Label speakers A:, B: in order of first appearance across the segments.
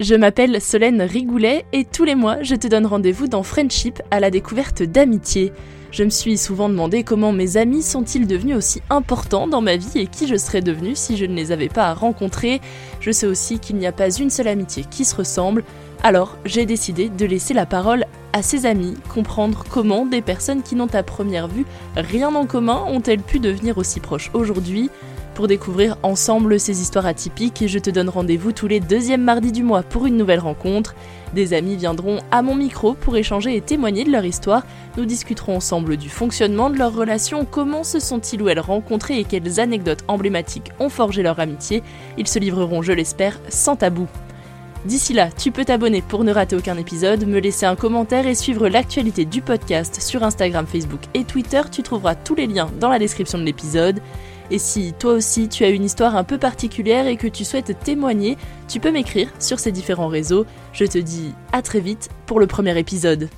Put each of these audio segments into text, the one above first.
A: je m'appelle Solène Rigoulet et tous les mois, je te donne rendez-vous dans Friendship à la découverte d'amitié. Je me suis souvent demandé comment mes amis sont-ils devenus aussi importants dans ma vie et qui je serais devenue si je ne les avais pas rencontrés. Je sais aussi qu'il n'y a pas une seule amitié qui se ressemble. Alors, j'ai décidé de laisser la parole à ses amis, comprendre comment des personnes qui n'ont à première vue rien en commun ont-elles pu devenir aussi proches aujourd'hui. Pour découvrir ensemble ces histoires atypiques, je te donne rendez-vous tous les deuxièmes mardis du mois pour une nouvelle rencontre. Des amis viendront à mon micro pour échanger et témoigner de leur histoire. Nous discuterons ensemble du fonctionnement de leurs relations, comment se sont-ils ou elles rencontrés et quelles anecdotes emblématiques ont forgé leur amitié. Ils se livreront, je l'espère, sans tabou. D'ici là, tu peux t'abonner pour ne rater aucun épisode, me laisser un commentaire et suivre l'actualité du podcast sur Instagram, Facebook et Twitter. Tu trouveras tous les liens dans la description de l'épisode. Et si toi aussi tu as une histoire un peu particulière et que tu souhaites témoigner, tu peux m'écrire sur ces différents réseaux. Je te dis à très vite pour le premier épisode.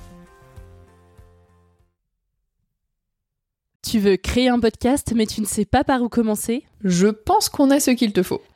A: Tu veux créer un podcast mais tu ne sais pas par où commencer
B: Je pense qu'on a ce qu'il te faut.